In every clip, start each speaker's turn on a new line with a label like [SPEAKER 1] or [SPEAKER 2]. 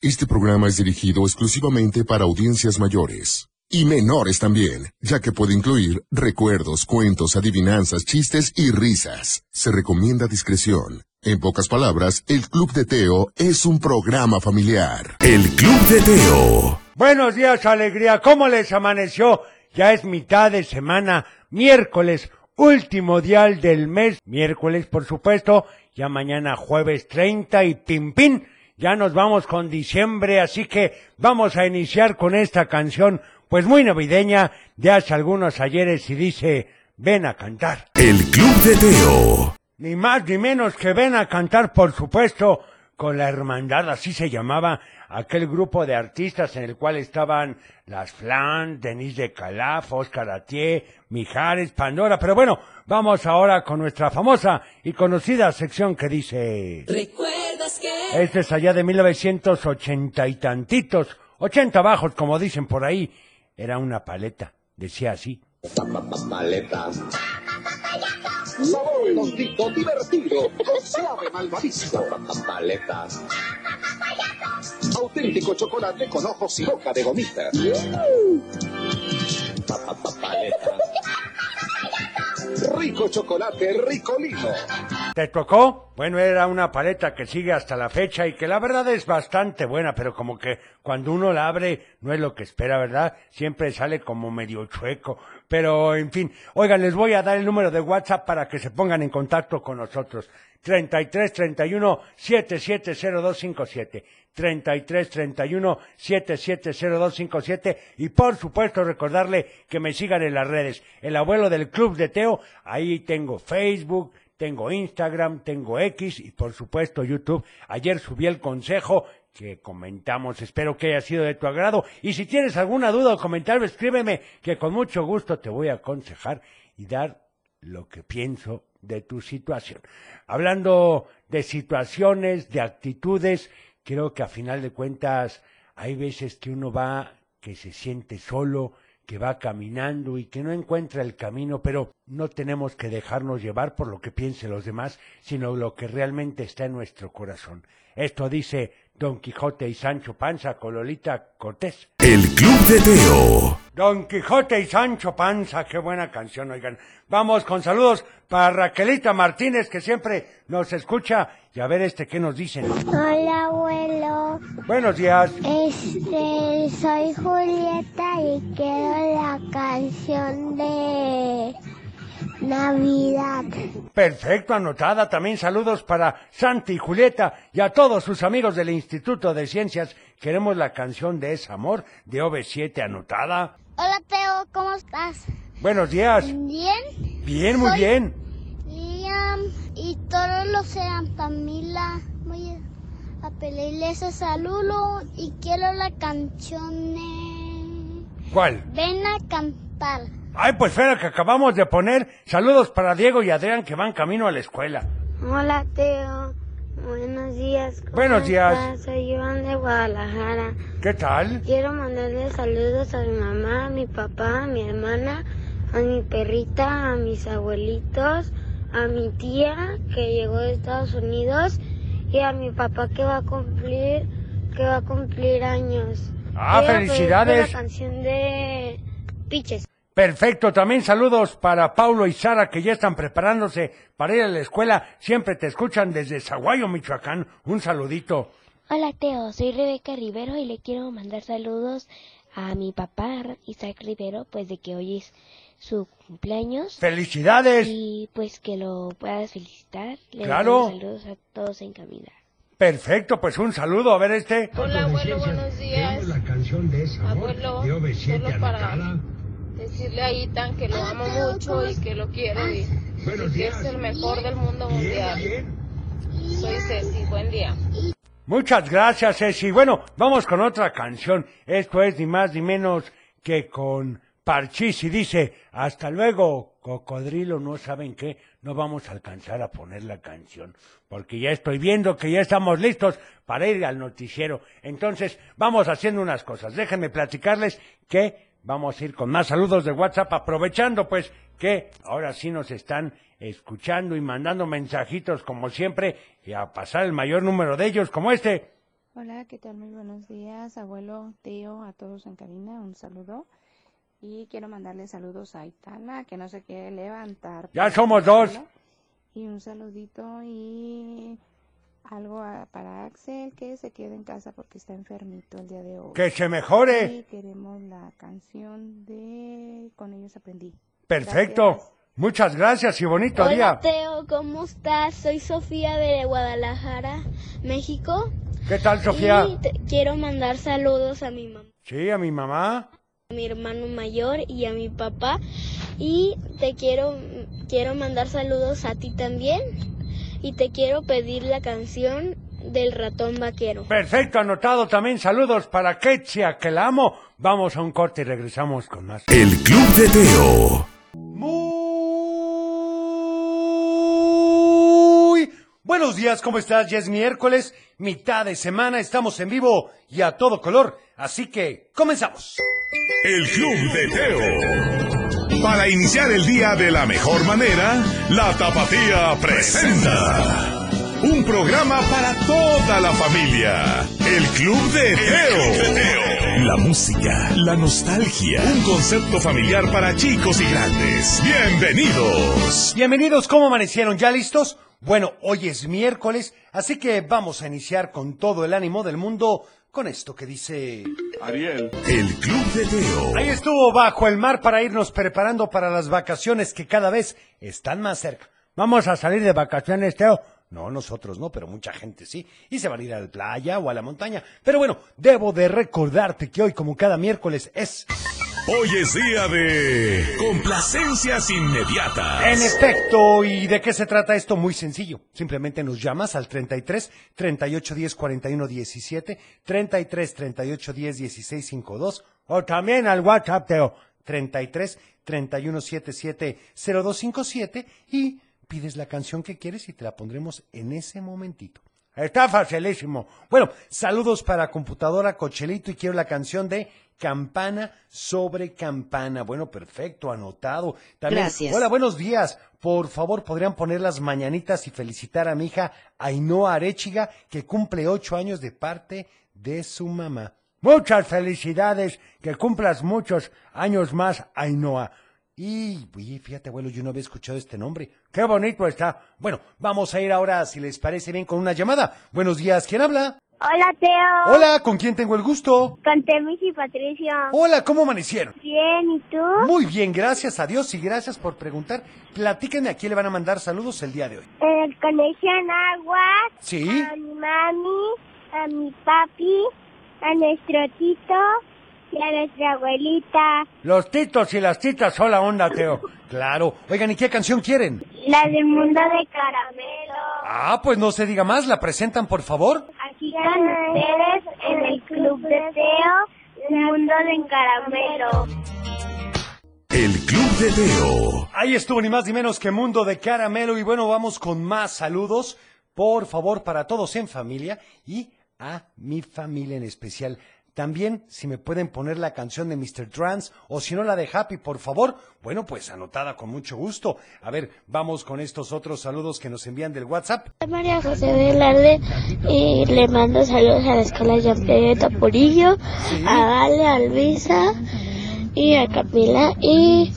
[SPEAKER 1] Este programa es dirigido exclusivamente para audiencias mayores y menores también, ya que puede incluir recuerdos, cuentos, adivinanzas, chistes y risas. Se recomienda discreción. En pocas palabras, el Club de Teo es un programa familiar.
[SPEAKER 2] El Club de Teo.
[SPEAKER 3] Buenos días, alegría. ¿Cómo les amaneció? Ya es mitad de semana, miércoles, último día del mes, miércoles, por supuesto, ya mañana jueves 30 y pim pim. Ya nos vamos con diciembre, así que vamos a iniciar con esta canción, pues muy navideña, de hace algunos ayeres y dice, ven a cantar.
[SPEAKER 2] El Club de Teo.
[SPEAKER 3] Ni más ni menos que ven a cantar, por supuesto, con la hermandad, así se llamaba aquel grupo de artistas en el cual estaban Las Flan, Denise de Calaf, Oscar Atié, Mijares, Pandora. Pero bueno, vamos ahora con nuestra famosa y conocida sección que dice...
[SPEAKER 4] ¿Recuerdas que?
[SPEAKER 3] Este es allá de 1980 y tantitos, 80 bajos como dicen por ahí. Era una paleta, decía así.
[SPEAKER 5] Maletas. Sabor tontito, divertido, suave malvavisco. Maletas. Auténtico chocolate con ojos y boca de gomita. Maletas. Rico chocolate, rico lino.
[SPEAKER 3] ¿Te tocó? Bueno, era una paleta que sigue hasta la fecha y que la verdad es bastante buena, pero como que cuando uno la abre no es lo que espera, ¿verdad? Siempre sale como medio chueco. Pero, en fin, oigan, les voy a dar el número de WhatsApp para que se pongan en contacto con nosotros. 33 31 770257 33 31 770257 y por supuesto recordarle que me sigan en las redes. El abuelo del Club de Teo, ahí tengo Facebook, tengo Instagram, tengo X y por supuesto YouTube. Ayer subí el consejo que comentamos, espero que haya sido de tu agrado y si tienes alguna duda o comentario escríbeme que con mucho gusto te voy a aconsejar y dar lo que pienso de tu situación. Hablando de situaciones, de actitudes, creo que a final de cuentas hay veces que uno va, que se siente solo, que va caminando y que no encuentra el camino, pero no tenemos que dejarnos llevar por lo que piensen los demás, sino lo que realmente está en nuestro corazón. Esto dice Don Quijote y Sancho Panza con Lolita Cortés.
[SPEAKER 2] El Club de Teo.
[SPEAKER 3] Don Quijote y Sancho Panza, qué buena canción, oigan. Vamos con saludos para Raquelita Martínez, que siempre nos escucha, y a ver este qué nos dicen.
[SPEAKER 6] Hola abuelo,
[SPEAKER 3] Buenos días.
[SPEAKER 6] este soy Julieta y quiero la canción de Navidad.
[SPEAKER 3] Perfecto, anotada. También saludos para Santi y Julieta y a todos sus amigos del Instituto de Ciencias. Queremos la canción de Es Amor de OV7 anotada.
[SPEAKER 6] Hola Teo, ¿cómo estás?
[SPEAKER 3] Buenos días.
[SPEAKER 6] Bien.
[SPEAKER 3] Bien, muy
[SPEAKER 6] Soy-
[SPEAKER 3] bien.
[SPEAKER 6] Y, am, y todos los eran Pamila. Voy a pedirles a saludo y quiero la canción de
[SPEAKER 3] ¿Cuál?
[SPEAKER 6] Ven a cantar.
[SPEAKER 3] Ay, pues fue la que acabamos de poner. Saludos para Diego y Adrián que van camino a la escuela.
[SPEAKER 6] Hola Teo, buenos días. ¿cómo
[SPEAKER 3] Buenos días.
[SPEAKER 6] estás? Soy Iván de Guadalajara.
[SPEAKER 3] ¿Qué tal?
[SPEAKER 6] Quiero mandarle saludos a mi mamá, a mi papá, a mi hermana, a mi perrita, a mis abuelitos, a mi tía que llegó de Estados Unidos y a mi papá que va a cumplir que va a cumplir años.
[SPEAKER 3] Ah,
[SPEAKER 6] Quiero pedirte
[SPEAKER 3] felicidades.
[SPEAKER 6] La canción de Piches.
[SPEAKER 3] Perfecto, también saludos para Paulo y Sara que ya están preparándose para ir a la escuela. Siempre te escuchan desde Zaguayo, Michoacán. Un saludito.
[SPEAKER 7] Hola Teo, soy Rebeca Rivero y le quiero mandar saludos a mi papá Isaac Rivero, pues de que hoy es su cumpleaños
[SPEAKER 3] Felicidades.
[SPEAKER 7] y pues que lo puedas felicitar. Le
[SPEAKER 3] Claro.
[SPEAKER 7] mando saludos a todos en camino.
[SPEAKER 3] Perfecto, pues un saludo. A ver este.
[SPEAKER 8] Hola abuelo, buenos días.
[SPEAKER 9] La canción de esa.
[SPEAKER 8] Abuelo, solo para decirle a Itan que lo amo mucho y que lo quiero y, y que es el mejor del mundo mundial. Soy Ceci, buen día.
[SPEAKER 3] Muchas gracias, Ceci. Bueno, vamos con otra canción. Esto es ni más ni menos que con Parchís y dice, hasta luego, cocodrilo, no saben qué, no vamos a alcanzar a poner la canción, porque ya estoy viendo que ya estamos listos para ir al noticiero. Entonces, vamos haciendo unas cosas. Déjenme platicarles que vamos a ir con más saludos de WhatsApp, aprovechando pues que ahora sí nos están escuchando y mandando mensajitos como siempre, y a pasar el mayor número de ellos como este.
[SPEAKER 10] Hola, ¿qué tal? Muy buenos días, abuelo, tío, a todos en cabina, un saludo. Y quiero mandarle saludos a Itana, que no se quiere levantar.
[SPEAKER 3] Ya somos dos.
[SPEAKER 10] Y un saludito y algo a- para Axel, que se quede en casa porque está enfermito el día de hoy.
[SPEAKER 3] Que se mejore.
[SPEAKER 10] Y queremos la canción de Con ellos aprendí.
[SPEAKER 3] Perfecto.
[SPEAKER 10] Gracias.
[SPEAKER 3] Muchas gracias y bonito día.
[SPEAKER 6] Teo, ¿cómo estás? Soy Sofía de Guadalajara, México.
[SPEAKER 3] ¿Qué tal, Sofía?
[SPEAKER 6] Y te- quiero mandar saludos a mi mamá.
[SPEAKER 3] Sí, a mi mamá.
[SPEAKER 6] a mi hermano mayor y a mi papá y te quiero quiero mandar saludos a ti también y te quiero pedir la canción del ratón vaquero.
[SPEAKER 3] Perfecto, anotado también. Saludos para Ketsia, que la amo. Vamos a un corte y regresamos con más.
[SPEAKER 2] El Club de Teo.
[SPEAKER 3] Muy buenos días, ¿cómo estás? Ya es miércoles, mitad de semana, estamos en vivo y a todo color, así que comenzamos.
[SPEAKER 2] El Club de Teo. Para iniciar el día de la mejor manera, la Tapatía presenta un programa para toda la familia. El Club de Teo. La música, la nostalgia, un concepto familiar para chicos y grandes. Bienvenidos.
[SPEAKER 3] Bienvenidos, ¿cómo amanecieron? ¿Ya listos? Bueno, hoy es miércoles, así que vamos a iniciar con todo el ánimo del mundo con esto que dice...
[SPEAKER 2] El Club de Teo.
[SPEAKER 3] Ahí estuvo bajo el mar para irnos preparando para las vacaciones que cada vez están más cerca. Vamos a salir de vacaciones, Teo. No, nosotros no, pero mucha gente sí. Y se van a ir a la playa o a la montaña. Pero bueno, debo de recordarte que hoy, como cada miércoles, es...
[SPEAKER 2] Hoy es día de complacencias inmediatas.
[SPEAKER 3] En este- efecto, ¿y de qué se trata esto? Muy sencillo. Simplemente nos llamas al 33 38 10 41 17, 33 38 10 16 52 o también al WhatsApp Teo 33 31 77 0257 y pides la canción que quieres y te la pondremos en ese momentito. Está facilísimo. Bueno, saludos para computadora Cochelito y quiero la canción de Campana sobre campana. Bueno, perfecto, anotado. También,
[SPEAKER 11] Gracias.
[SPEAKER 3] Hola, buenos días. Por favor, podrían poner las mañanitas y felicitar a mi hija Ainhoa Arechiga, que cumple ocho años de parte de su mamá. Muchas felicidades, que cumplas muchos años más, Ainhoa. Y oye, fíjate, abuelo, yo no había escuchado este nombre. Qué bonito está. Bueno, vamos a ir ahora, si les parece bien, con una llamada. Buenos días, ¿quién habla?
[SPEAKER 6] Hola Teo,
[SPEAKER 3] Hola, ¿con quién tengo el gusto?
[SPEAKER 6] con Temis y Patricio.
[SPEAKER 3] Hola, ¿cómo amanecieron?
[SPEAKER 6] Bien, ¿y tú?
[SPEAKER 3] Muy bien, gracias a Dios y gracias por preguntar. Platíquenme a quién le van a mandar saludos el día de hoy.
[SPEAKER 6] El colegio Aguas,
[SPEAKER 3] Sí.
[SPEAKER 6] a mi mami, a mi papi, a nuestro tito y a nuestra abuelita.
[SPEAKER 3] Los titos y las titas, hola onda, Teo. Claro. Oigan, ¿y qué canción quieren?
[SPEAKER 6] La del mundo de caramelo.
[SPEAKER 3] Ah, pues no se diga más, la presentan, por favor.
[SPEAKER 6] Aquí están ustedes en el Club de Teo, el mundo de caramelo.
[SPEAKER 2] El Club de Teo.
[SPEAKER 3] Ahí estuvo ni más ni menos que Mundo de Caramelo y bueno, vamos con más saludos, por favor, para todos en familia y a mi familia en especial. También, si me pueden poner la canción de Mr. Trans o si no la de Happy, por favor. Bueno, pues anotada con mucho gusto. A ver, vamos con estos otros saludos que nos envían del WhatsApp.
[SPEAKER 12] María José Velarde y le mando saludos a la escuela Jean de Tapurillo, a Vale, a Luisa y a Camila y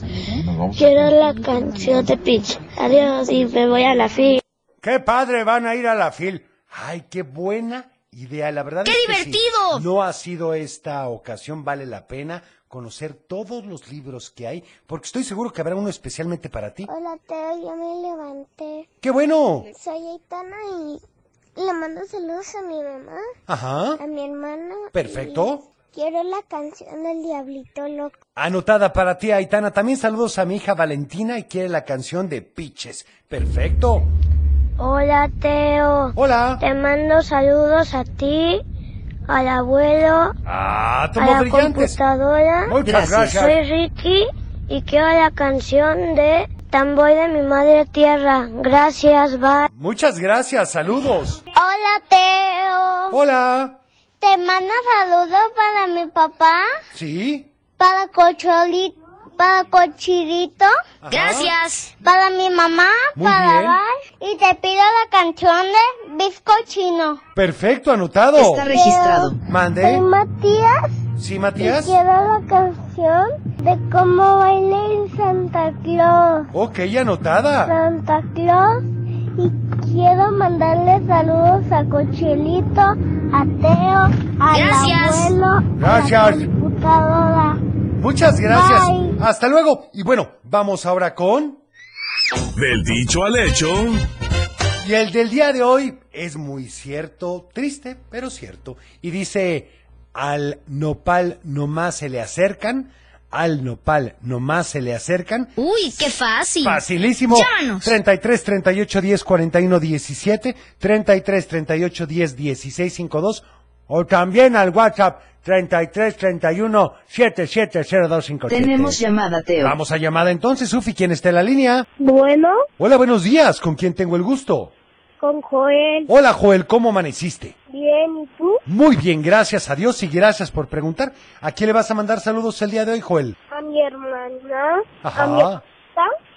[SPEAKER 12] quiero la canción de Pitch. Adiós y me voy a la fila.
[SPEAKER 3] ¡Qué padre! Van a ir a la fil. ¡Ay, qué buena idea! La verdad ¡Qué divertido! no ha sido esta ocasión, vale la pena conocer todos los libros que hay, porque estoy seguro que habrá uno especialmente para ti.
[SPEAKER 6] Hola Teo, yo me levanté.
[SPEAKER 3] ¡Qué bueno!
[SPEAKER 6] Soy Aitana y le mando saludos a mi mamá,
[SPEAKER 3] Ajá.
[SPEAKER 6] a mi hermano.
[SPEAKER 3] Perfecto.
[SPEAKER 6] y Quiero la canción del Diablito Loco.
[SPEAKER 3] Anotada para ti, Aitana. También saludos a mi hija Valentina y quiere la canción de Piches. Perfecto.
[SPEAKER 6] Hola Teo,
[SPEAKER 3] Hola.
[SPEAKER 6] te mando saludos a ti, al abuelo,
[SPEAKER 3] Ah,
[SPEAKER 6] a
[SPEAKER 3] todos
[SPEAKER 6] la
[SPEAKER 3] brillantes.
[SPEAKER 6] computadora.
[SPEAKER 3] Muchas gracias.
[SPEAKER 6] Soy Ricky y quiero la canción de Tambor de mi madre tierra. Gracias, bye.
[SPEAKER 3] Muchas gracias. Saludos.
[SPEAKER 6] Hola, Teo.
[SPEAKER 3] Hola.
[SPEAKER 6] Te mando saludos para mi papá,
[SPEAKER 3] Sí.
[SPEAKER 6] para Cocholito,
[SPEAKER 7] para Cochirito,
[SPEAKER 6] Gracias.
[SPEAKER 7] para mi mamá,
[SPEAKER 3] Muy
[SPEAKER 7] para
[SPEAKER 3] bien.
[SPEAKER 7] Val, y te pido la canción de Bizcochino.
[SPEAKER 3] Perfecto, anotado.
[SPEAKER 6] Está registrado.
[SPEAKER 3] Mande.
[SPEAKER 7] Matías,
[SPEAKER 3] Sí, Matías.
[SPEAKER 7] la canción de cómo baila el Santa Claus.
[SPEAKER 3] Ok, anotada.
[SPEAKER 7] Santa Claus y quiero mandarle saludos a Cochelito, a Teo, al
[SPEAKER 6] Gracias.
[SPEAKER 7] abuelo, a la
[SPEAKER 3] Gracias.
[SPEAKER 7] computadora.
[SPEAKER 3] Muchas gracias.
[SPEAKER 7] Bye.
[SPEAKER 3] Hasta luego. Y bueno, vamos ahora con...
[SPEAKER 2] Del dicho al hecho,
[SPEAKER 3] Y el del día de hoy es muy cierto, triste, pero cierto. Y dice, al nopal nomás se le acercan, al nopal nomás se le acercan.
[SPEAKER 6] Uy, qué fácil.
[SPEAKER 3] Facilísimo.
[SPEAKER 6] Llámanos.
[SPEAKER 3] 33 38 10 41 17, 33 38 10 16 52 o también al WhatsApp 33 31 770257.
[SPEAKER 6] Tenemos llamada, Teo.
[SPEAKER 3] Vamos a llamada entonces, Sufi, ¿quién está en la línea?
[SPEAKER 7] Bueno,
[SPEAKER 3] Hola, buenos días, ¿con quién tengo el gusto?
[SPEAKER 7] con Joel,
[SPEAKER 3] Hola Joel, ¿cómo amaneciste?
[SPEAKER 7] bien, ¿y tú?
[SPEAKER 3] Muy bien, gracias a Dios y gracias por preguntar. ¿A quién le vas a mandar saludos el día de hoy, Joel?
[SPEAKER 7] A mi hermana,
[SPEAKER 3] Ajá.
[SPEAKER 7] a mi papá,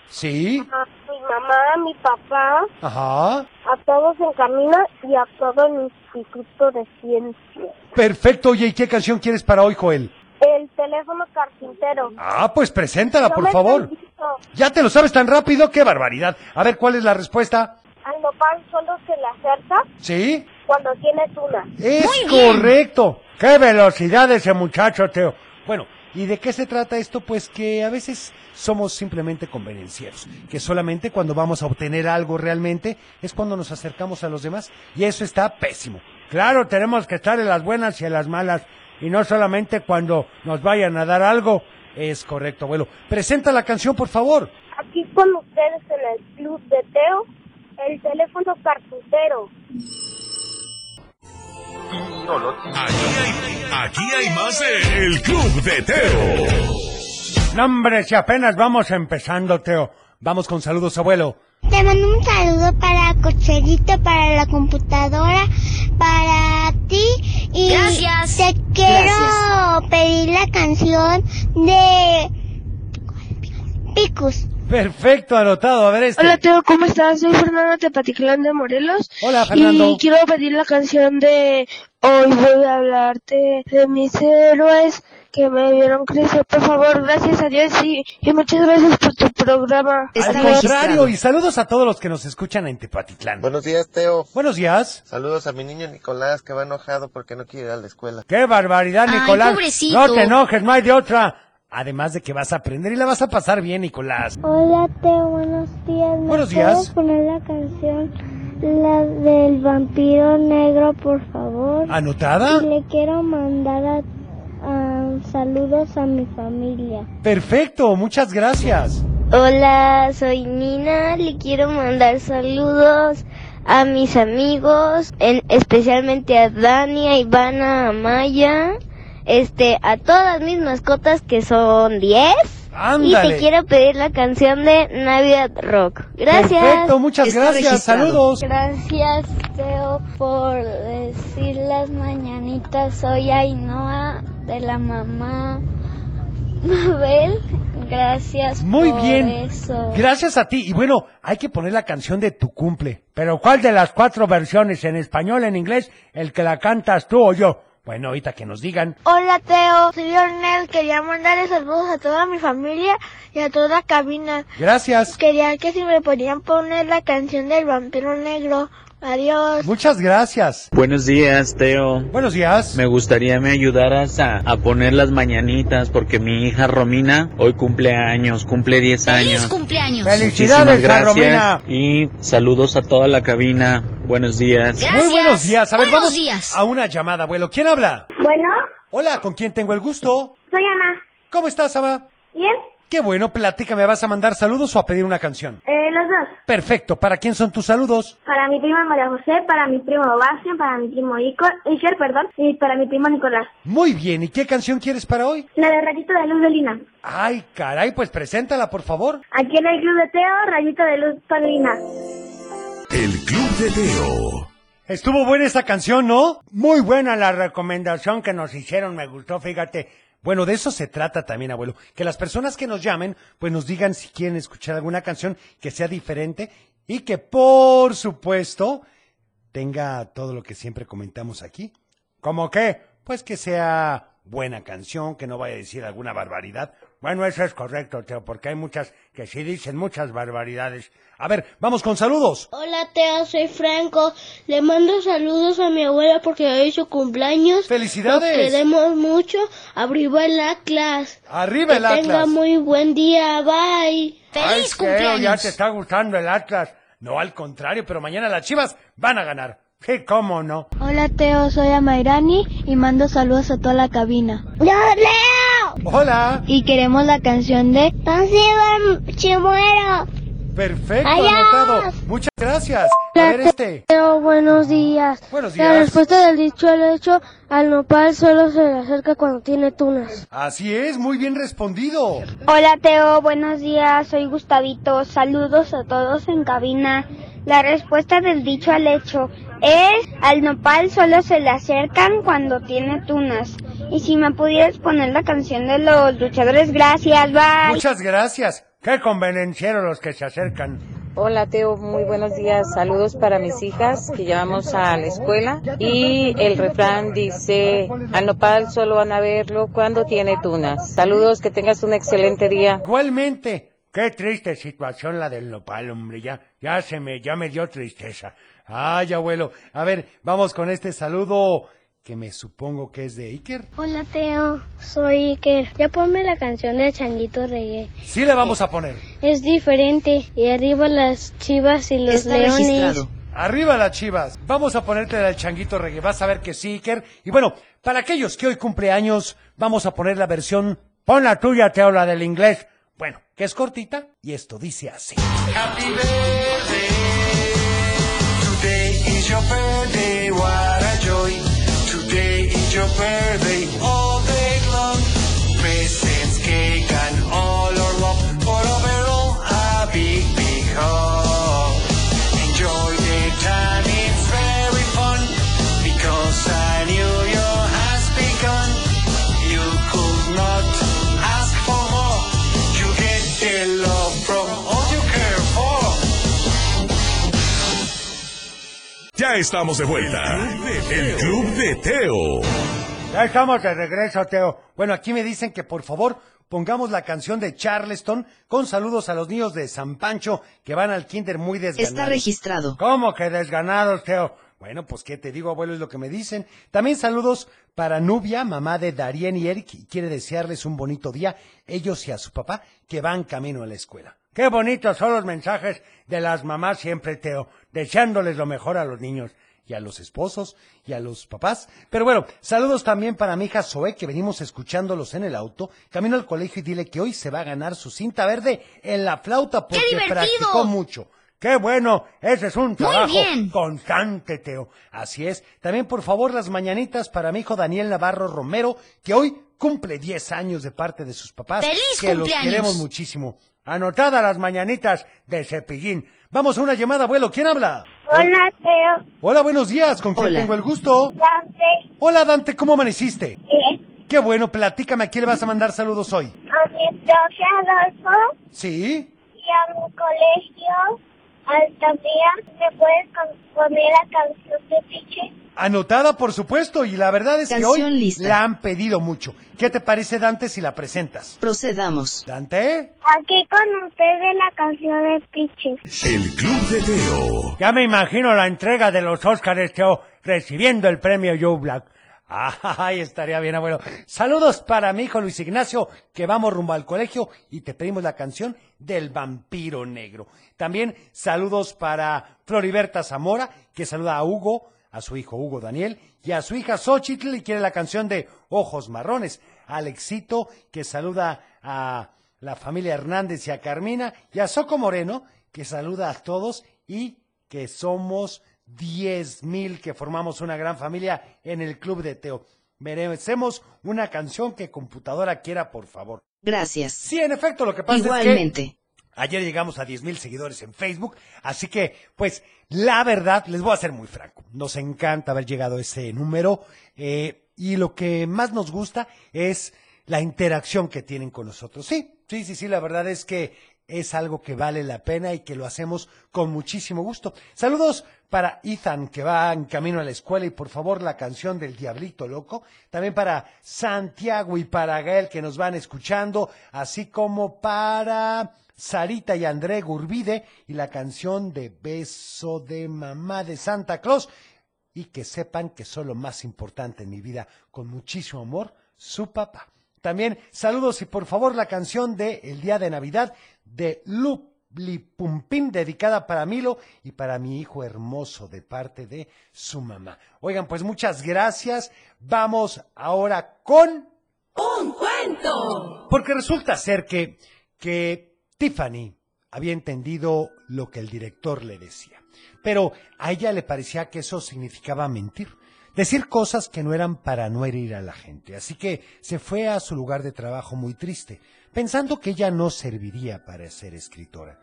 [SPEAKER 3] Sí,
[SPEAKER 7] a mi mamá, a mi papá,
[SPEAKER 3] ajá.
[SPEAKER 7] a todos en camino y a todo el Instituto de Ciencias.
[SPEAKER 3] Perfecto, oye, ¿y qué canción quieres para hoy, Joel?
[SPEAKER 7] El teléfono carpintero.
[SPEAKER 3] Ah, pues preséntala,
[SPEAKER 7] Yo
[SPEAKER 3] por
[SPEAKER 7] me
[SPEAKER 3] favor.
[SPEAKER 7] felicito.
[SPEAKER 3] Ya te lo sabes tan rápido, qué barbaridad. A ver, ¿cuál es la respuesta?
[SPEAKER 7] Al nopal solo se le acerca
[SPEAKER 3] ¿Sí?
[SPEAKER 7] cuando tienes una.
[SPEAKER 3] Es
[SPEAKER 6] Muy bien.
[SPEAKER 3] correcto. ¡Qué velocidad ese muchacho, Teo! Bueno, ¿y de qué se trata esto? Pues que a veces somos simplemente convenencieros, que solamente cuando vamos a obtener algo realmente es cuando nos acercamos a los demás y eso está pésimo. Claro, tenemos que estar en las buenas y en las malas y no solamente cuando nos vayan a dar algo. Es correcto, abuelo. Presenta la canción, por favor.
[SPEAKER 7] Aquí con ustedes en el Club de Teo, el teléfono carpintero.
[SPEAKER 2] aquí hay, aquí hay más de El Club de Teo.
[SPEAKER 3] No, hombre, si apenas vamos empezando, Teo. Vamos con saludos, abuelo.
[SPEAKER 7] Te mando un saludo para Cocherito, para la computadora, para ti y
[SPEAKER 6] Gracias.
[SPEAKER 7] te quiero pedir la canción de Picus.
[SPEAKER 3] Perfecto, anotado. A ver este.
[SPEAKER 13] Hola Teo, ¿cómo estás? Soy Fernando Tepatitlán de Morelos
[SPEAKER 3] Hola, Fernando.
[SPEAKER 13] y quiero pedir la canción de Hoy voy a hablarte de mis héroes que me vieron crecer. Por favor, gracias a Dios y, y muchas gracias por tu programa.
[SPEAKER 6] Está
[SPEAKER 3] Al
[SPEAKER 6] registrado.
[SPEAKER 3] contrario, y saludos a todos los que nos escuchan en Tepatitlán.
[SPEAKER 5] Buenos días, Teo.
[SPEAKER 3] Buenos días.
[SPEAKER 5] Saludos a mi niño Nicolás que va enojado porque no quiere ir a la escuela.
[SPEAKER 3] ¡Qué barbaridad,
[SPEAKER 6] Ay,
[SPEAKER 3] Nicolás!
[SPEAKER 6] pobrecito.
[SPEAKER 3] No te enojes, no hay de otra. Además de que vas a aprender y la vas a pasar bien, Nicolás.
[SPEAKER 7] Hola Teo, buenos días. ¿Me
[SPEAKER 3] Buenos días.
[SPEAKER 7] ¿Puedes poner la canción, la del vampiro negro, por favor?
[SPEAKER 3] Ah, ¿Anotada?
[SPEAKER 7] Y le quiero mandar a- a- saludos a mi familia.
[SPEAKER 3] Perfecto, muchas gracias.
[SPEAKER 7] Hola, soy Nina. Le quiero mandar saludos a mis amigos, en- especialmente a Dani, a Ivana, a Maya, este, a todas mis mascotas que son 10. Y
[SPEAKER 3] Ándale.
[SPEAKER 7] te quiero pedir la canción de Navidad Rock. Gracias.
[SPEAKER 3] Perfecto, muchas
[SPEAKER 6] Está
[SPEAKER 3] gracias.
[SPEAKER 6] registrado.
[SPEAKER 3] Saludos.
[SPEAKER 7] Gracias, Teo, por decir las mañanitas. Soy Ainhoa, ah, de la mamá Mabel. Gracias
[SPEAKER 3] Muy
[SPEAKER 7] por
[SPEAKER 3] bien.
[SPEAKER 7] eso.
[SPEAKER 3] Gracias a ti. Y bueno, hay que poner la canción de tu cumple. Pero ¿cuál de las cuatro versiones? ¿En español, en inglés? ¿El que la cantas tú o yo? Bueno, ahorita que nos digan.
[SPEAKER 7] Hola, Teo. Soy Ornel. Quería mandarle saludos a toda mi familia y a toda la cabina.
[SPEAKER 3] Gracias.
[SPEAKER 7] Quería que si me podían poner la canción del vampiro negro. Adiós.
[SPEAKER 3] Muchas gracias.
[SPEAKER 10] Buenos días, Teo.
[SPEAKER 3] Buenos días.
[SPEAKER 10] Me gustaría me ayudaras a, a poner las mañanitas porque mi hija Romina hoy cumple años, cumple 10
[SPEAKER 6] Feliz
[SPEAKER 10] años.
[SPEAKER 6] cumpleaños.
[SPEAKER 3] Felicidades, a Romina.
[SPEAKER 10] gracias y saludos a toda la cabina. Buenos días.
[SPEAKER 6] Gracias.
[SPEAKER 3] Muy buenos días. A ver,
[SPEAKER 6] Buenos
[SPEAKER 3] vamos
[SPEAKER 6] días.
[SPEAKER 3] a una llamada, abuelo. ¿Quién habla?
[SPEAKER 7] Bueno,
[SPEAKER 3] Hola, ¿con quién tengo el gusto?
[SPEAKER 7] soy Ana.
[SPEAKER 3] ¿Cómo estás, Ama?
[SPEAKER 7] ¿Bien?
[SPEAKER 3] Qué bueno, platícame. ¿Vas a mandar saludos o a pedir una canción?
[SPEAKER 7] Eh, los dos.
[SPEAKER 3] Perfecto. ¿Para quién son tus saludos?
[SPEAKER 7] Para mi prima María José, para mi primo Bastian, para mi primo Ico, Iker, perdón, y para mi primo Nicolás.
[SPEAKER 3] Muy bien. ¿Y qué canción quieres para hoy?
[SPEAKER 7] La de Rayito de Luz de Lina.
[SPEAKER 3] Ay, caray, pues preséntala, por favor.
[SPEAKER 7] Aquí en el Club de Teo, Rayito de Luz para Lina.
[SPEAKER 2] El Club de Teo.
[SPEAKER 3] Estuvo buena esa canción, ¿no? Muy buena la recomendación que nos hicieron, me gustó, fíjate. Bueno, de eso se trata también, abuelo. Que las personas que nos llamen, pues nos digan si quieren escuchar alguna canción que sea diferente y que, por supuesto, tenga todo lo que siempre comentamos aquí. ¿Cómo qué? Pues que sea buena canción, que no vaya a decir alguna barbaridad.
[SPEAKER 14] Bueno, eso es correcto, Teo, porque hay muchas que sí dicen muchas barbaridades.
[SPEAKER 3] A ver, vamos con saludos.
[SPEAKER 15] Hola Teo, soy Franco. Le mando saludos a mi abuela porque hoy es su cumpleaños.
[SPEAKER 3] ¡Felicidades!
[SPEAKER 15] Lo queremos mucho. Arriba el Atlas.
[SPEAKER 3] Arriba el
[SPEAKER 15] Que Tenga
[SPEAKER 3] Atlas.
[SPEAKER 15] muy buen día. Bye.
[SPEAKER 14] Ay, Teo, ya te está gustando el Atlas. No, al contrario, pero mañana las chivas van a ganar. Sí, cómo no.
[SPEAKER 7] Hola Teo, soy Amairani y mando saludos a toda la cabina.
[SPEAKER 15] ¡Yo leo!
[SPEAKER 3] Hola.
[SPEAKER 7] Y queremos la canción de...
[SPEAKER 15] chimuelo!
[SPEAKER 3] Perfecto,
[SPEAKER 15] Adiós.
[SPEAKER 3] anotado. Muchas gracias. A ver este.
[SPEAKER 7] Teo, buenos días.
[SPEAKER 3] Buenos
[SPEAKER 7] La
[SPEAKER 3] días.
[SPEAKER 7] respuesta del dicho al hecho, al nopal solo se le acerca cuando tiene tunas.
[SPEAKER 3] Así es, muy bien respondido.
[SPEAKER 7] Hola Teo, buenos días, soy Gustavito, saludos a todos en cabina. La respuesta del dicho al hecho es, al nopal solo se le acercan cuando tiene tunas. Y si me pudieras poner la canción de los luchadores, gracias, bye.
[SPEAKER 14] Muchas gracias. Qué convenencieros los que se acercan.
[SPEAKER 4] Hola Teo, muy buenos días. Saludos para mis hijas que llevamos a la escuela. Y el refrán dice, al nopal solo van a verlo cuando tiene tunas. Saludos, que tengas un excelente día.
[SPEAKER 14] Igualmente, qué triste situación la del nopal, hombre, ya, ya se me, ya me dio tristeza.
[SPEAKER 3] Ay, abuelo. A ver, vamos con este saludo que me supongo que es de Iker.
[SPEAKER 16] Hola Teo, soy Iker. Ya ponme la canción de Changuito Reggae.
[SPEAKER 3] Sí le vamos a poner.
[SPEAKER 16] Es diferente. Y arriba las chivas y los leones.
[SPEAKER 3] Arriba las chivas. Vamos a ponerte al changuito reggae. Vas a ver que sí, Iker. Y bueno, para aquellos que hoy cumpleaños, vamos a poner la versión.
[SPEAKER 14] Pon la tuya, Teo, la del inglés. Bueno,
[SPEAKER 3] que es cortita y esto dice así.
[SPEAKER 2] Happy birthday. Today is your birthday. What a joy. Today is your birthday. All day long. Presents, cake, and all our love. For overall, a big, big hug. Enjoy the time. It's very fun. Because a new year has begun. You could not ask for more. You get the love from all you care for.
[SPEAKER 17] Ya estamos de vuelta. El Club de Teo.
[SPEAKER 3] Ya estamos de regreso, Teo. Bueno, aquí me dicen que por favor pongamos la canción de Charleston con saludos a los niños de San Pancho que van al kinder muy desganados.
[SPEAKER 18] Está registrado.
[SPEAKER 3] ¿Cómo que desganados, Teo? Bueno, pues qué te digo, abuelo, es lo que me dicen. También saludos para Nubia, mamá de Darien y Eric, y quiere desearles un bonito día, ellos y a su papá, que van camino a la escuela.
[SPEAKER 14] Qué bonitos son los mensajes de las mamás siempre, Teo, deseándoles lo mejor a los niños.
[SPEAKER 3] y a los esposos y a los papás. Pero bueno, saludos también para mi hija Zoe, que venimos escuchándolos en el auto, camino al colegio y dile que hoy se va a ganar su cinta verde en la flauta porque
[SPEAKER 14] divertido!
[SPEAKER 3] practicó mucho. ¡Qué bueno! Ese es un trabajo
[SPEAKER 14] bien.
[SPEAKER 3] constante, Teo. Así es. También, por favor, las mañanitas para mi hijo Daniel Navarro Romero, que hoy cumple 10 años de parte de sus papás.
[SPEAKER 14] ¡Feliz
[SPEAKER 3] que los
[SPEAKER 14] cumpleaños!
[SPEAKER 3] queremos muchísimo. Anotada las mañanitas de Cepillín. Vamos a una llamada, abuelo. ¿Quién habla?
[SPEAKER 6] Hola, Teo.
[SPEAKER 3] Hola, buenos días. ¿Con quién
[SPEAKER 6] Hola.
[SPEAKER 3] tengo el gusto?
[SPEAKER 6] Dante.
[SPEAKER 3] Hola, Dante. ¿Cómo amaneciste?
[SPEAKER 6] Bien.
[SPEAKER 3] Qué bueno. Platícame. ¿A quién le vas a mandar saludos hoy?
[SPEAKER 6] A mi profe Adolfo
[SPEAKER 3] ¿Sí?
[SPEAKER 6] y a mi colegio Altamira. ¿Me puedes con- poner la canción de Piche?
[SPEAKER 3] Anotada, por supuesto. Y la verdad es que hoy
[SPEAKER 6] Canción lista.
[SPEAKER 3] la han pedido mucho. ¿Qué te parece, Dante, si la presentas?
[SPEAKER 18] Procedamos.
[SPEAKER 3] Dante.
[SPEAKER 6] Aquí con ustedes la canción de Piche.
[SPEAKER 17] El Club de Teo.
[SPEAKER 14] Ya me imagino la entrega de los Óscares, Teo, recibiendo el premio Joe Black.
[SPEAKER 3] Ay, estaría bien, abuelo. Saludos para mi hijo Luis Ignacio, que vamos rumbo al colegio y te pedimos la canción del vampiro negro. También saludos para Floriberta Zamora, que saluda a Hugo, a su hijo Hugo Daniel, y a su hija Xochitl, y quiere la canción de Ojos Marrones. Alexito, que saluda a la familia Hernández y a Carmina, y a Soco Moreno, que saluda a todos y que somos 10 mil que formamos una gran familia en el Club de Teo. Merecemos una canción que computadora quiera, por favor.
[SPEAKER 18] Gracias.
[SPEAKER 3] Sí, en efecto, lo que
[SPEAKER 19] Pues
[SPEAKER 3] pasa
[SPEAKER 18] Igualmente.
[SPEAKER 3] es que ayer llegamos a 10 mil seguidores en Facebook, así que, pues, la verdad, les voy a ser muy franco, nos encanta haber llegado a ese número eh, y lo que más nos gusta es la interacción que tienen con nosotros. Sí, sí, sí, sí, la verdad es que es algo que vale la pena y que lo hacemos con muchísimo gusto. Saludos para Ethan, que va en camino a la escuela, y por favor la canción del Diablito Loco. También para Santiago y para Gael, que nos van escuchando, así como para Sarita y André Gurbide, y la canción de Beso de Mamá de Santa Claus. Y que sepan que son lo más importante en mi vida, con muchísimo amor, su papá. También saludos y por favor la canción de El Día de Navidad de Luplipumpín, dedicada para Milo y para mi hijo hermoso de parte de su mamá. Oigan, pues muchas gracias. Vamos ahora con...
[SPEAKER 20] ¡Un cuento!
[SPEAKER 3] Porque resulta ser que, que Tiffany había entendido lo que el director le decía, pero a ella le parecía que eso significaba mentir decir cosas que no eran para no herir a la gente. Así que se fue a su lugar de trabajo muy triste, pensando que ella no serviría para ser escritora.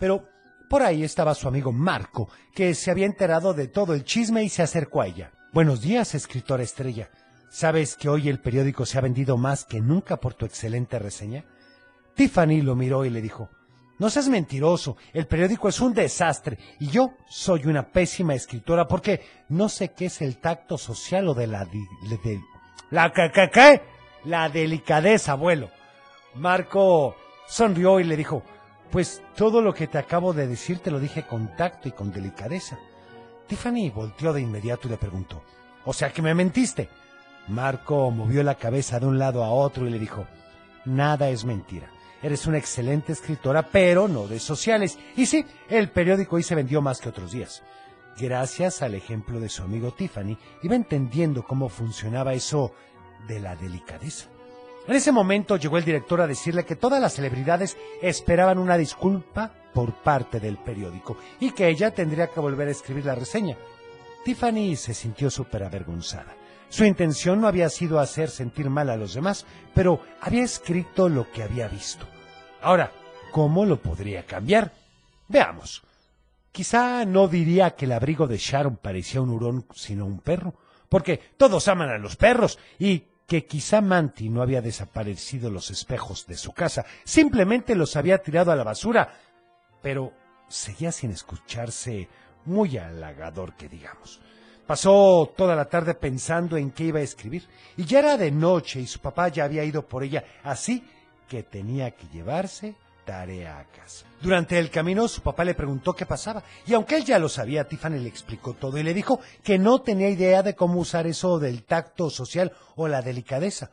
[SPEAKER 3] Pero por ahí estaba su amigo Marco, que se había enterado de todo el chisme y se acercó a ella. Buenos días, escritora estrella. ¿Sabes que hoy el periódico se ha vendido más que nunca por tu excelente reseña? Tiffany lo miró y le dijo, no seas mentiroso, el periódico es un desastre y yo soy una pésima escritora porque no sé qué es el tacto social o de la... di- le- de- la que- que- que- La delicadeza, abuelo. Marco sonrió y le dijo, pues todo lo que te acabo de decir te lo dije con tacto y con delicadeza. Tiffany volteó de inmediato y le preguntó, o sea que me mentiste. Marco movió la cabeza de un lado a otro y le dijo, nada es mentira. Eres una excelente escritora, pero no de sociales. Y sí, el periódico hoy se vendió más que otros días. Gracias al ejemplo de su amigo Tiffany, iba entendiendo cómo funcionaba eso de la delicadeza. En ese momento llegó el director a decirle que todas las celebridades esperaban una disculpa por parte del periódico y que ella tendría que volver a escribir la reseña. Tiffany se sintió súper avergonzada. Su intención no había sido hacer sentir mal a los demás, pero había escrito lo que había visto. Ahora, ¿cómo lo podría cambiar? Veamos. Quizá no diría que el abrigo de Sharon parecía un hurón, sino un perro, porque todos aman a los perros y que quizá Manti no había desaparecido los espejos de su casa, simplemente los había tirado a la basura, pero seguía sin escucharse muy halagador que digamos. Pasó toda la tarde pensando en qué iba a escribir, y ya era de noche y su papá ya había ido por ella, así que tenía que llevarse tarea a casa. Durante el camino su papá le preguntó qué pasaba, y aunque él ya lo sabía, Tiffany le explicó todo y le dijo que no tenía idea de cómo usar eso del tacto social o la delicadeza.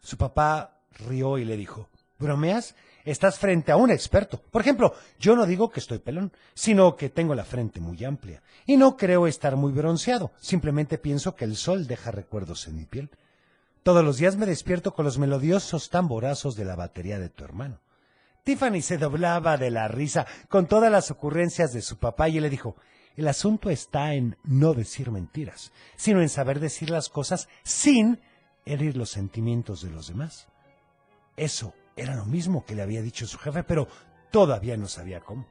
[SPEAKER 3] Su papá rió y le dijo, ¿bromeas? Estás frente a un experto. Por ejemplo, yo no digo que estoy pelón, sino que tengo la frente muy amplia. Y no creo estar muy bronceado, simplemente pienso que el sol deja recuerdos en mi piel. Todos los días me despierto con los melodiosos tamborazos de la batería de tu hermano. Tiffany se doblaba de la risa con todas las ocurrencias de su papá y él le dijo, el asunto está en no decir mentiras, sino en saber decir las cosas sin herir los sentimientos de los demás. Eso era lo mismo que le había dicho su jefe, pero todavía no sabía cómo.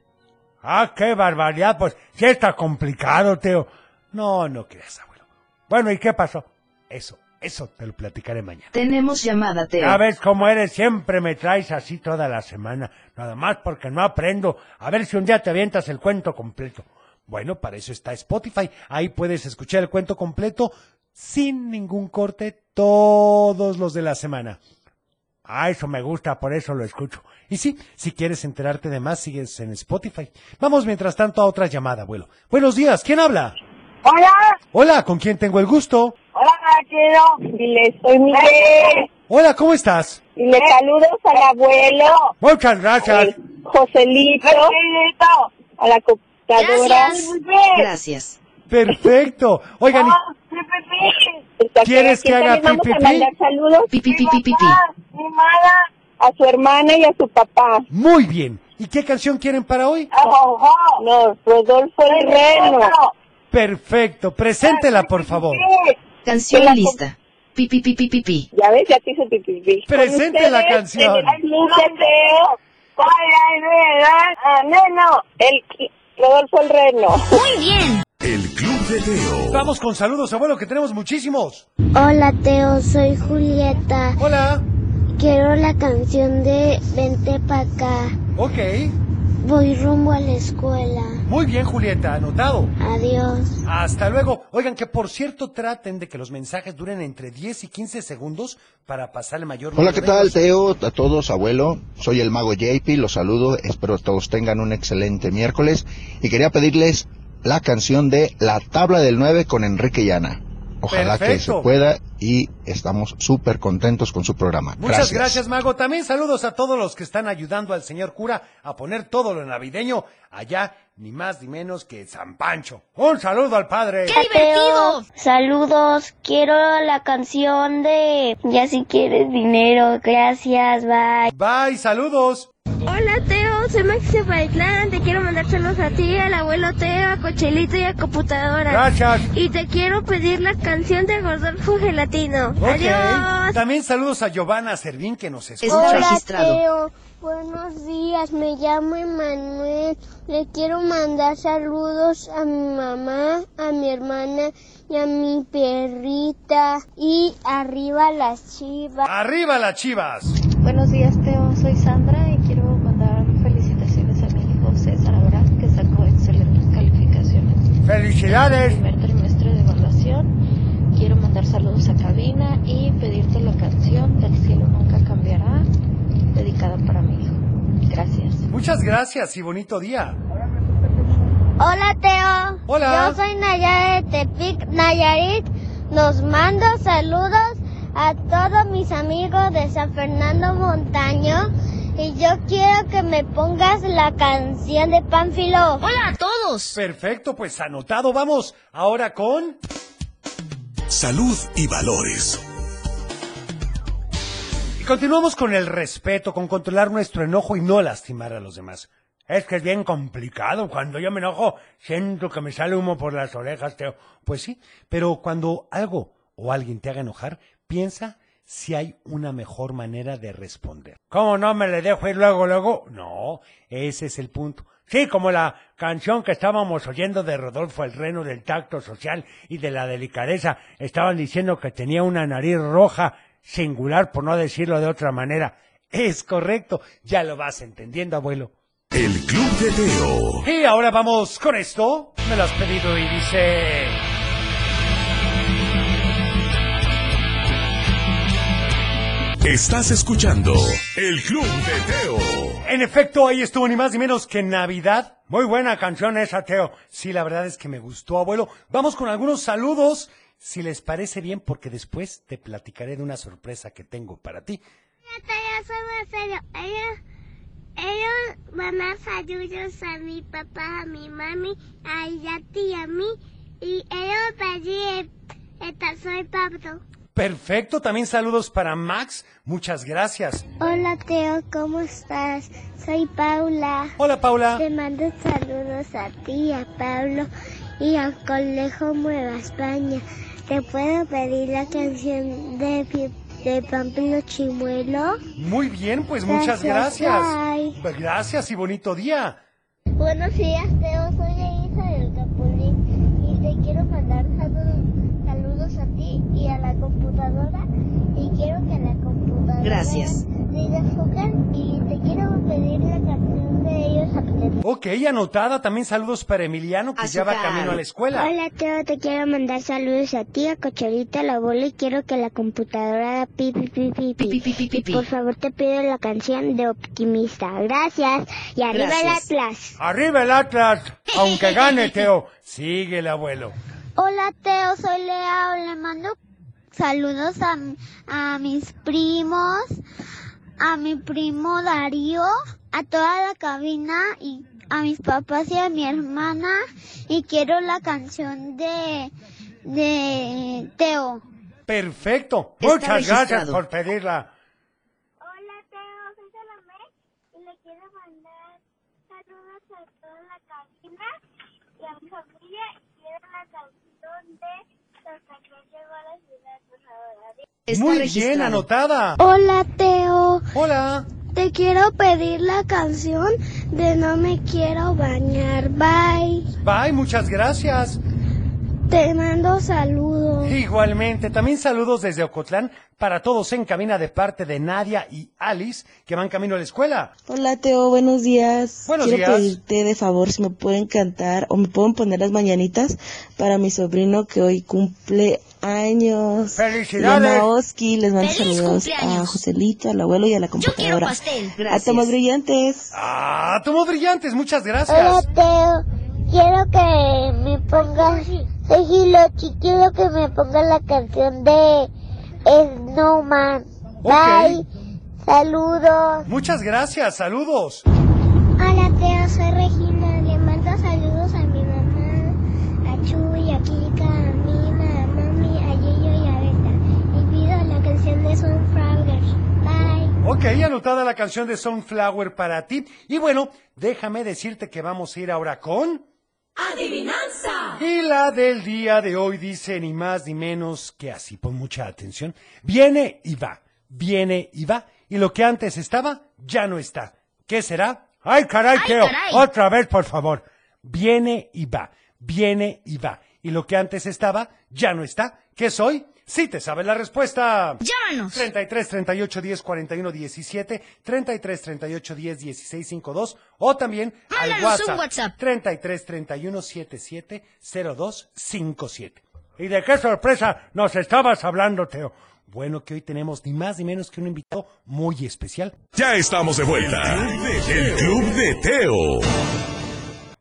[SPEAKER 3] Ah, qué barbaridad, pues sí está complicado, Teo. No, no creas, abuelo. Bueno, ¿y qué pasó? Eso, eso te lo platicaré mañana.
[SPEAKER 9] Tenemos llamada, Teo.
[SPEAKER 21] A ver cómo eres, siempre me traes así toda la semana, nada más porque no aprendo. A ver si un día te avientas el cuento completo.
[SPEAKER 3] Bueno, para eso está Spotify. Ahí puedes escuchar el cuento completo sin ningún corte todos los de la semana. Ah, eso me gusta, por eso lo escucho. Y sí, si quieres enterarte de más, sigues en Spotify. Vamos mientras tanto a otra llamada, abuelo. Buenos días, ¿quién habla?
[SPEAKER 19] Hola,
[SPEAKER 3] Hola, ¿con quién tengo el gusto?
[SPEAKER 19] hola Chino, dile, soy Miguel,
[SPEAKER 3] Hola, ¿cómo estás?
[SPEAKER 19] y le saludos al abuelo,
[SPEAKER 3] Muchas gracias.
[SPEAKER 19] Joselito, a la computadora.
[SPEAKER 9] Gracias.
[SPEAKER 3] Perfecto. Oigan, y-
[SPEAKER 19] Pues,
[SPEAKER 3] ¿Quieres que haga
[SPEAKER 19] vamos
[SPEAKER 3] pipí,
[SPEAKER 19] a mandar saludos
[SPEAKER 9] Pipí, pipí,
[SPEAKER 19] Mi
[SPEAKER 9] pipí.
[SPEAKER 19] mamá, mi mamá, a su hermana y a su papá.
[SPEAKER 3] muy bien. ¿Y qué canción quieren para hoy?
[SPEAKER 19] No, Rodolfo el Reno.
[SPEAKER 3] Perfecto, preséntela, por favor.
[SPEAKER 9] Canción
[SPEAKER 19] Que la-
[SPEAKER 9] lista. Pi, pi, pi, pi, pi, pi.
[SPEAKER 19] Ya ves, ya te hizo pipí.
[SPEAKER 3] Presente
[SPEAKER 19] Con
[SPEAKER 3] la
[SPEAKER 19] ustedes,
[SPEAKER 3] canción.
[SPEAKER 19] el Museteo, con la enfermedad, ah, neno, el qui- Rodolfo el Reno.
[SPEAKER 9] Muy bien.
[SPEAKER 2] El Club de Teo.
[SPEAKER 3] Vamos con saludos, abuelo, que tenemos muchísimos.
[SPEAKER 22] Hola Teo, soy Julieta.
[SPEAKER 3] Hola.
[SPEAKER 22] Quiero la canción de Vente pa' acá.
[SPEAKER 3] Ok.
[SPEAKER 22] Voy rumbo a la escuela.
[SPEAKER 3] Muy bien, Julieta, anotado.
[SPEAKER 22] Adiós.
[SPEAKER 3] Hasta luego. Oigan, que por cierto, traten de que los mensajes duren entre 10 y 15 segundos para pasar el mayor
[SPEAKER 5] Hola,
[SPEAKER 3] número
[SPEAKER 5] ¿qué
[SPEAKER 3] de
[SPEAKER 5] tal,
[SPEAKER 3] ellos.
[SPEAKER 5] Teo? A todos, abuelo. Soy el mago JP, los saludo. Espero todos tengan un excelente miércoles. Y quería pedirles la canción de La Tabla del 9 con Enrique Llana. Ojalá que
[SPEAKER 3] Perfecto.
[SPEAKER 5] se pueda y estamos súper contentos con su programa.
[SPEAKER 3] Muchas gracias. Mago. También saludos a todos los que están ayudando al señor cura a poner todo lo navideño allá, ni más ni menos que en San Pancho. Un saludo al padre.
[SPEAKER 22] divertido! Saludos, quiero la canción de Ya si quieres dinero, gracias, bye.
[SPEAKER 3] Bye, saludos.
[SPEAKER 23] Hola Teo, soy Maxi Baitlán, te quiero mandar saludos a ti, al abuelo Teo, a Cochelito y a Computadora.
[SPEAKER 3] Gracias.
[SPEAKER 23] Y te quiero pedir la canción de Gordolfo Gelatino. Adiós.
[SPEAKER 3] Ok. También saludos a Giovanna Servín que nos escucha.
[SPEAKER 23] Hola,
[SPEAKER 7] Teo, buenos días, me llamo Emanuel. Le quiero mandar saludos a mi mamá, a mi hermana y a mi perrita. Y arriba las chivas.
[SPEAKER 3] Arriba las chivas.
[SPEAKER 24] Buenos días, Teo. Soy Sandra y quiero mandar felicitaciones a mi hijo César Abraham, que sacó excelentes calificaciones.
[SPEAKER 3] ¡Felicidades!
[SPEAKER 24] En el primer trimestre de evaluación. Quiero mandar saludos a Cabina y pedirte la canción del cielo nunca cambiará, dedicada para mi hijo. Gracias.
[SPEAKER 3] Muchas gracias y bonito día.
[SPEAKER 7] Hola Teo.
[SPEAKER 3] Hola.
[SPEAKER 7] Yo soy Nayara de Tepic, Nayarit. Nos mando saludos a todos mis amigos de San Fernando Montaño. Y yo quiero que me pongas la canción de Pánfilo. Hola a todos.
[SPEAKER 3] Perfecto, pues anotado. Vamos ahora con.
[SPEAKER 2] Salud y valores.
[SPEAKER 3] Y continuamos con el respeto, con controlar nuestro enojo y no lastimar a los demás. Es que es bien complicado. Cuando yo me enojo, siento que me sale humo por las orejas, Teo. Pues sí, pero cuando algo o alguien te haga enojar, piensa si hay una mejor manera de responder. ¿Cómo no me le dejo ir luego, luego? No, ese es el punto. Sí, como la canción que estábamos oyendo de Rodolfo el Reno del tacto social y de la delicadeza. Estaban diciendo que tenía una nariz roja singular, por no decirlo de otra manera. Es correcto, ya lo vas entendiendo, abuelo.
[SPEAKER 2] El Club de Teo.
[SPEAKER 3] Y ahora vamos con esto. Me lo has pedido y dice...
[SPEAKER 2] Estás escuchando El Club de Teo.
[SPEAKER 3] En efecto, ahí estuvo ni más ni menos que Navidad. Muy buena canción esa, Teo. Sí, la verdad es que me gustó, abuelo. Vamos con algunos saludos, si les parece bien, porque después te platicaré de una sorpresa que tengo para ti.
[SPEAKER 7] Yo soy Marcelo. Ellos, ellos mandan saludos a mi papá, a mi mami, a Yati y a mí. Y ellos de allí está, soy Pablo.
[SPEAKER 3] Perfecto, también saludos para Max. Muchas gracias.
[SPEAKER 7] Hola Teo, ¿cómo estás? Soy Paula.
[SPEAKER 3] Hola, Paula.
[SPEAKER 7] Te mando saludos a ti, a Pablo y al Colegio Nueva España. ¿Te puedo pedir la canción de, Pi- de Pampilo Chimuelo?
[SPEAKER 3] Muy bien, pues muchas
[SPEAKER 7] Gracias,
[SPEAKER 3] gracias. Pues, Gracias y bonito día.
[SPEAKER 7] Buenos días, Teo. Soy Isa del Capulín y te quiero mandar saludos, saludos a ti y a la computadora. Y quiero que la computadora
[SPEAKER 9] Gracias.
[SPEAKER 7] diga azúcar y te quiero pedir la canción de ellos a
[SPEAKER 3] Ok, anotada. También saludos para Emiliano, que ya va camino a la escuela.
[SPEAKER 7] Hola Teo, te quiero mandar saludos a ti, a Cocholita, a la abuela y quiero que la computadora haga pi pi pi pi pi. Y Por favor te pido la canción de Optimista. Gracias y arriba
[SPEAKER 3] Gracias.
[SPEAKER 7] el Atlas.
[SPEAKER 3] Arriba el Atlas, aunque gane, Teo. Sigue el abuelo.
[SPEAKER 7] Hola Teo, soy Lea, le mando saludos a, a mis primos, a mi primo Darío, a toda la cabina y a mis papás y a mi hermana y quiero la canción de, de Teo.
[SPEAKER 3] Perfecto.
[SPEAKER 7] Está
[SPEAKER 3] Muchas gracias
[SPEAKER 7] registrado.
[SPEAKER 3] por pedirla.
[SPEAKER 25] Hola, Teo, soy Salomé y le quiero mandar saludos a toda la cabina y a mi familia. Y quiero la canción de Santa Claus llegó a la ciudad, por favor. Adiós.
[SPEAKER 3] Muy bien, anotada.
[SPEAKER 7] Hola Teo.
[SPEAKER 3] Hola.
[SPEAKER 7] Te quiero pedir la canción de No me quiero bañar. Bye.
[SPEAKER 3] Bye, muchas gracias.
[SPEAKER 6] Te mando saludos.
[SPEAKER 3] Igualmente, también saludos desde Ocotlán para todos en cabina de parte de Nadia y Alice que van camino a la escuela.
[SPEAKER 1] Hola Teo, buenos días.
[SPEAKER 3] Buenos
[SPEAKER 1] Quiero
[SPEAKER 3] días.
[SPEAKER 1] pedirte de favor si me pueden cantar o me pueden poner las mañanitas para mi sobrino que hoy cumple años.
[SPEAKER 3] ¡Felicidades!
[SPEAKER 1] Se llama Oski, les mando
[SPEAKER 3] ¡Feliz
[SPEAKER 1] saludos a
[SPEAKER 3] cumpleaños!
[SPEAKER 1] Joselito, al abuelo y a la computadora. A Tomás Brillantes.
[SPEAKER 3] Ah, tomos brillantes, muchas
[SPEAKER 1] Hola,
[SPEAKER 7] Eh.
[SPEAKER 3] gracias.
[SPEAKER 1] Teo.
[SPEAKER 7] Quiero que me pongas, soy Hilochi, quiero que me pongas la canción de Snowman. Bye, saludos.
[SPEAKER 3] Muchas gracias, saludos.
[SPEAKER 7] Hola Teo, soy Regina, le mando saludos a mi mamá, a Chuy, a Kika, a Mina, a Mami, a Yeyo y a Beta. Y pido la canción de Sunflowers. Bye.
[SPEAKER 3] Ok, anotada la canción de Sunflower para ti. Y bueno, déjame decirte que vamos a ir ahora con...
[SPEAKER 20] Adivinanza.
[SPEAKER 3] Y la del día de hoy dice ni más ni menos que así, pon mucha atención. Viene y va, viene y va, y lo que antes estaba ya no está. ¿Qué será? ¡Ay, caray,
[SPEAKER 21] ¡Ay,
[SPEAKER 3] Teo!
[SPEAKER 21] caray!
[SPEAKER 3] Otra vez, por favor. Viene y va, viene y va, y lo que antes estaba ya no está. ¿Qué soy? Si te sabes la respuesta.
[SPEAKER 9] Llámanos.
[SPEAKER 3] 33 38 10 41 17, 33 38 10 16 52 o también al
[SPEAKER 9] Mándanos
[SPEAKER 3] WhatsApp,
[SPEAKER 9] un
[SPEAKER 3] WhatsApp 33 31 77 02 57. ¿Y de qué sorpresa nos estabas hablando, Teo? Bueno, que hoy tenemos ni más ni menos que un invitado muy especial.
[SPEAKER 2] Ya estamos de vuelta. El Club de Teo.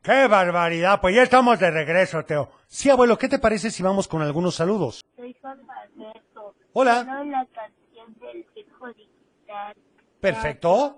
[SPEAKER 3] ¡Qué barbaridad! Pues ya estamos de regreso, Teo. Sí, abuelo, ¿qué te parece si vamos con algunos saludos?
[SPEAKER 25] Soy Juan Alberto.
[SPEAKER 3] Hola.
[SPEAKER 25] Quiero la canción del disco digital.
[SPEAKER 3] Perfecto.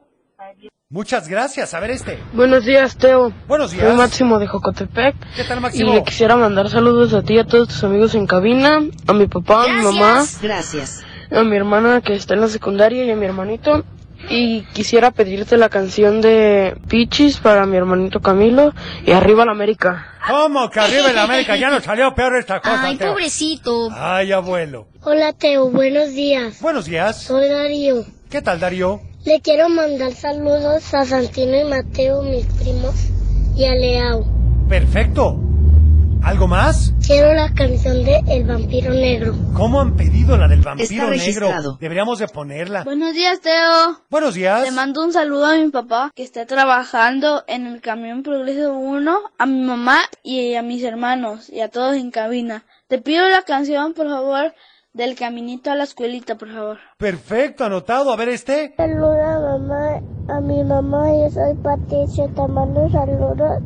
[SPEAKER 3] Muchas gracias. A ver este.
[SPEAKER 26] Buenos días, Teo.
[SPEAKER 3] Buenos días.
[SPEAKER 26] Soy Máximo de Jocotepec.
[SPEAKER 3] ¿Qué tal,
[SPEAKER 26] Y
[SPEAKER 3] Máximo?
[SPEAKER 26] le quisiera mandar saludos a ti y a todos tus amigos en cabina, a mi papá, a mi mamá,
[SPEAKER 9] Gracias.
[SPEAKER 26] a mi hermana que está en la secundaria y a mi hermanito. Y quisiera pedirte la canción de Pichis para mi hermanito Camilo y arriba la América.
[SPEAKER 3] ¿Cómo que arriba en América ya nos salió peor esta cosa,
[SPEAKER 26] Ay,
[SPEAKER 3] Teo?
[SPEAKER 26] pobrecito.
[SPEAKER 3] Ay, abuelo.
[SPEAKER 22] Hola Teo, buenos días.
[SPEAKER 3] Buenos días.
[SPEAKER 22] Soy Darío.
[SPEAKER 3] ¿Qué tal, Darío?
[SPEAKER 22] Le quiero mandar saludos a Santino y Mateo, mis primos, y a Leao.
[SPEAKER 3] Perfecto. ¿Algo más?
[SPEAKER 22] Quiero la canción de El Vampiro Negro.
[SPEAKER 3] ¿Cómo han pedido la del vampiro
[SPEAKER 22] Está
[SPEAKER 3] negro?
[SPEAKER 22] registrado.
[SPEAKER 3] Deberíamos de ponerla.
[SPEAKER 8] Buenos días, Teo.
[SPEAKER 3] Buenos días.
[SPEAKER 8] Le mando un saludo a mi papá que está trabajando en el camión Progreso 1, a mi mamá y a mis hermanos y a todos en cabina. Te pido la canción, por favor, del caminito a la escuelita, por favor.
[SPEAKER 3] Perfecto, anotado. A ver este.
[SPEAKER 7] Saluda mamá, a mi mamá, yo soy Patricia, te mando saludos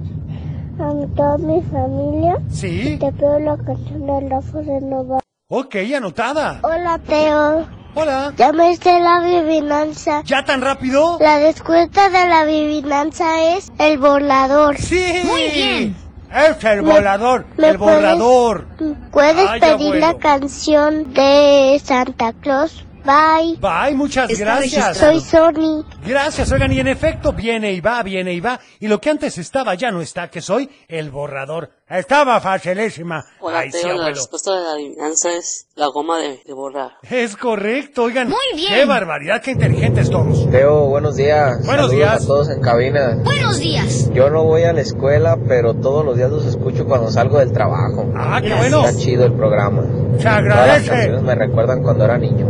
[SPEAKER 7] a toda mi familia.
[SPEAKER 3] Sí.
[SPEAKER 7] Te pido la canción del Rafa de Nova.
[SPEAKER 3] Ok, anotada.
[SPEAKER 7] Hola, Teo.
[SPEAKER 3] Hola.
[SPEAKER 7] Ya me hice la adivinanza.
[SPEAKER 3] ¿Ya tan rápido?
[SPEAKER 7] La respuesta de la adivinanza es el volador.
[SPEAKER 3] Sí. Muy bien. Es el volador,
[SPEAKER 7] me
[SPEAKER 3] el borrador.
[SPEAKER 7] ¿Puedes
[SPEAKER 3] Ay,
[SPEAKER 7] pedir
[SPEAKER 3] abuelo.
[SPEAKER 7] la canción de Santa Claus? Bye.
[SPEAKER 3] Bye, muchas
[SPEAKER 7] Está
[SPEAKER 3] gracias.
[SPEAKER 7] registrado. Soy Sony.
[SPEAKER 3] Gracias, oigan, y en efecto, viene y va, viene y va. Y lo que antes estaba ya no está, que soy el borrador. Estaba facilísima.
[SPEAKER 27] Hola,
[SPEAKER 3] Ay, sí,
[SPEAKER 27] Teo, la
[SPEAKER 3] abuelo.
[SPEAKER 27] respuesta de la adivinanza es la goma de, de borrar.
[SPEAKER 3] Es correcto, oigan. Qué barbaridad, qué inteligentes todos.
[SPEAKER 28] Teo, buenos días.
[SPEAKER 3] Buenos
[SPEAKER 28] Saludos
[SPEAKER 3] días.
[SPEAKER 28] A todos en cabina.
[SPEAKER 9] Buenos días.
[SPEAKER 28] Yo no voy a la escuela, pero todos los días los escucho cuando salgo del trabajo.
[SPEAKER 3] Ah, qué bueno.
[SPEAKER 28] Está chido el programa.
[SPEAKER 3] Se
[SPEAKER 28] Todas las
[SPEAKER 3] agradece.
[SPEAKER 28] canciones me recuerdan cuando era niño.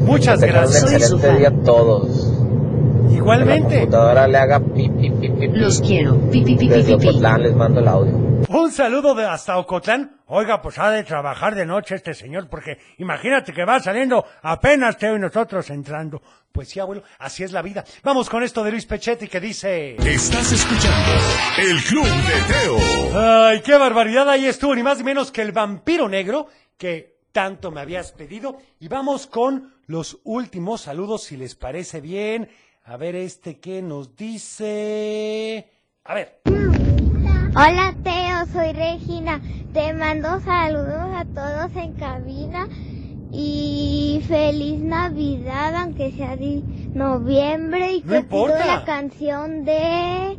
[SPEAKER 3] Muchas
[SPEAKER 28] Que tengan
[SPEAKER 3] gracias.
[SPEAKER 28] Un excelente día a todos.
[SPEAKER 3] Igualmente.
[SPEAKER 28] Que la computadora le haga pi, pi, pi, pi, pi.
[SPEAKER 9] Los quiero. Pi, pi, pi, pi,
[SPEAKER 28] Desde
[SPEAKER 9] pi, pi.
[SPEAKER 28] Ocotlán les mando el audio.
[SPEAKER 3] Un saludo de hasta Ocotlán. Oiga, pues ha de trabajar de noche este señor, porque imagínate que va saliendo apenas Teo y nosotros entrando. Pues sí, abuelo, así es la vida. Vamos con esto de Luis Pechetti que dice...
[SPEAKER 2] Estás escuchando El Club de Teo.
[SPEAKER 3] ¡Ay, qué barbaridad! Ahí estuvo, ni más ni menos que el vampiro negro que tanto me habías pedido. Y vamos con los últimos saludos, si les parece bien. A ver este que nos dice... A ver.
[SPEAKER 7] Hola Teo, soy Regina. Te mando saludos a todos en cabina y feliz Navidad, aunque sea de noviembre. Y
[SPEAKER 3] No
[SPEAKER 7] te
[SPEAKER 3] importa.
[SPEAKER 7] pido la canción de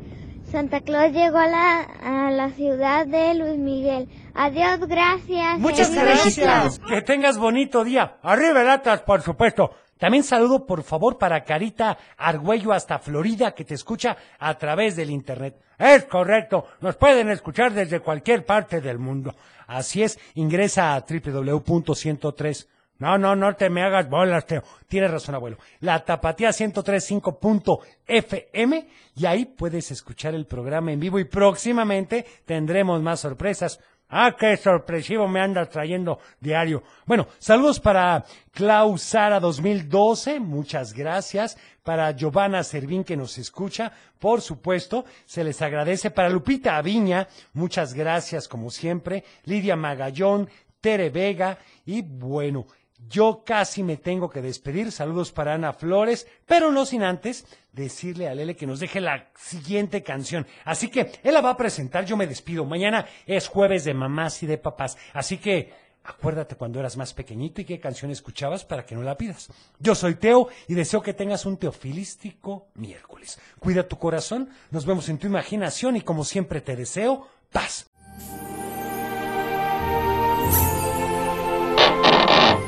[SPEAKER 7] Santa Claus llegó a la, a la ciudad de Luis Miguel. Adiós, gracias. eh,
[SPEAKER 3] Muchas
[SPEAKER 7] Feliz
[SPEAKER 3] gracias. Que tengas bonito día. Arriba el Atlas, por supuesto. También saludo, por favor, para Carita Argüello hasta Florida, que te escucha a través del Internet. Es correcto, nos pueden escuchar desde cualquier parte del mundo. Así es, ingresa a www.103. No, no, no te me hagas bolas, Teo. Tienes razón, abuelo. La tapatía 103.5.fm y ahí puedes escuchar el programa en vivo y próximamente tendremos más sorpresas. Ah, qué sorpresivo me andas trayendo diario. Bueno, saludos para Clau Sara 2012, muchas gracias. Para Giovanna Servín que nos escucha, por supuesto, se les agradece. Para Lupita Aviña, muchas gracias como siempre. Lidia Magallón, Tere Vega y bueno, yo casi me tengo que despedir. Saludos para Ana Flores, pero no sin antes decirle a Lele que nos deje la siguiente canción. Así que él la va a presentar, yo me despido. Mañana es jueves de mamás y de papás. Así que acuérdate cuando eras más pequeñito y qué canción escuchabas para que no la pidas. Yo soy Teo y deseo que tengas un teofilístico miércoles. Cuida tu corazón, nos vemos en tu imaginación y como siempre te deseo paz.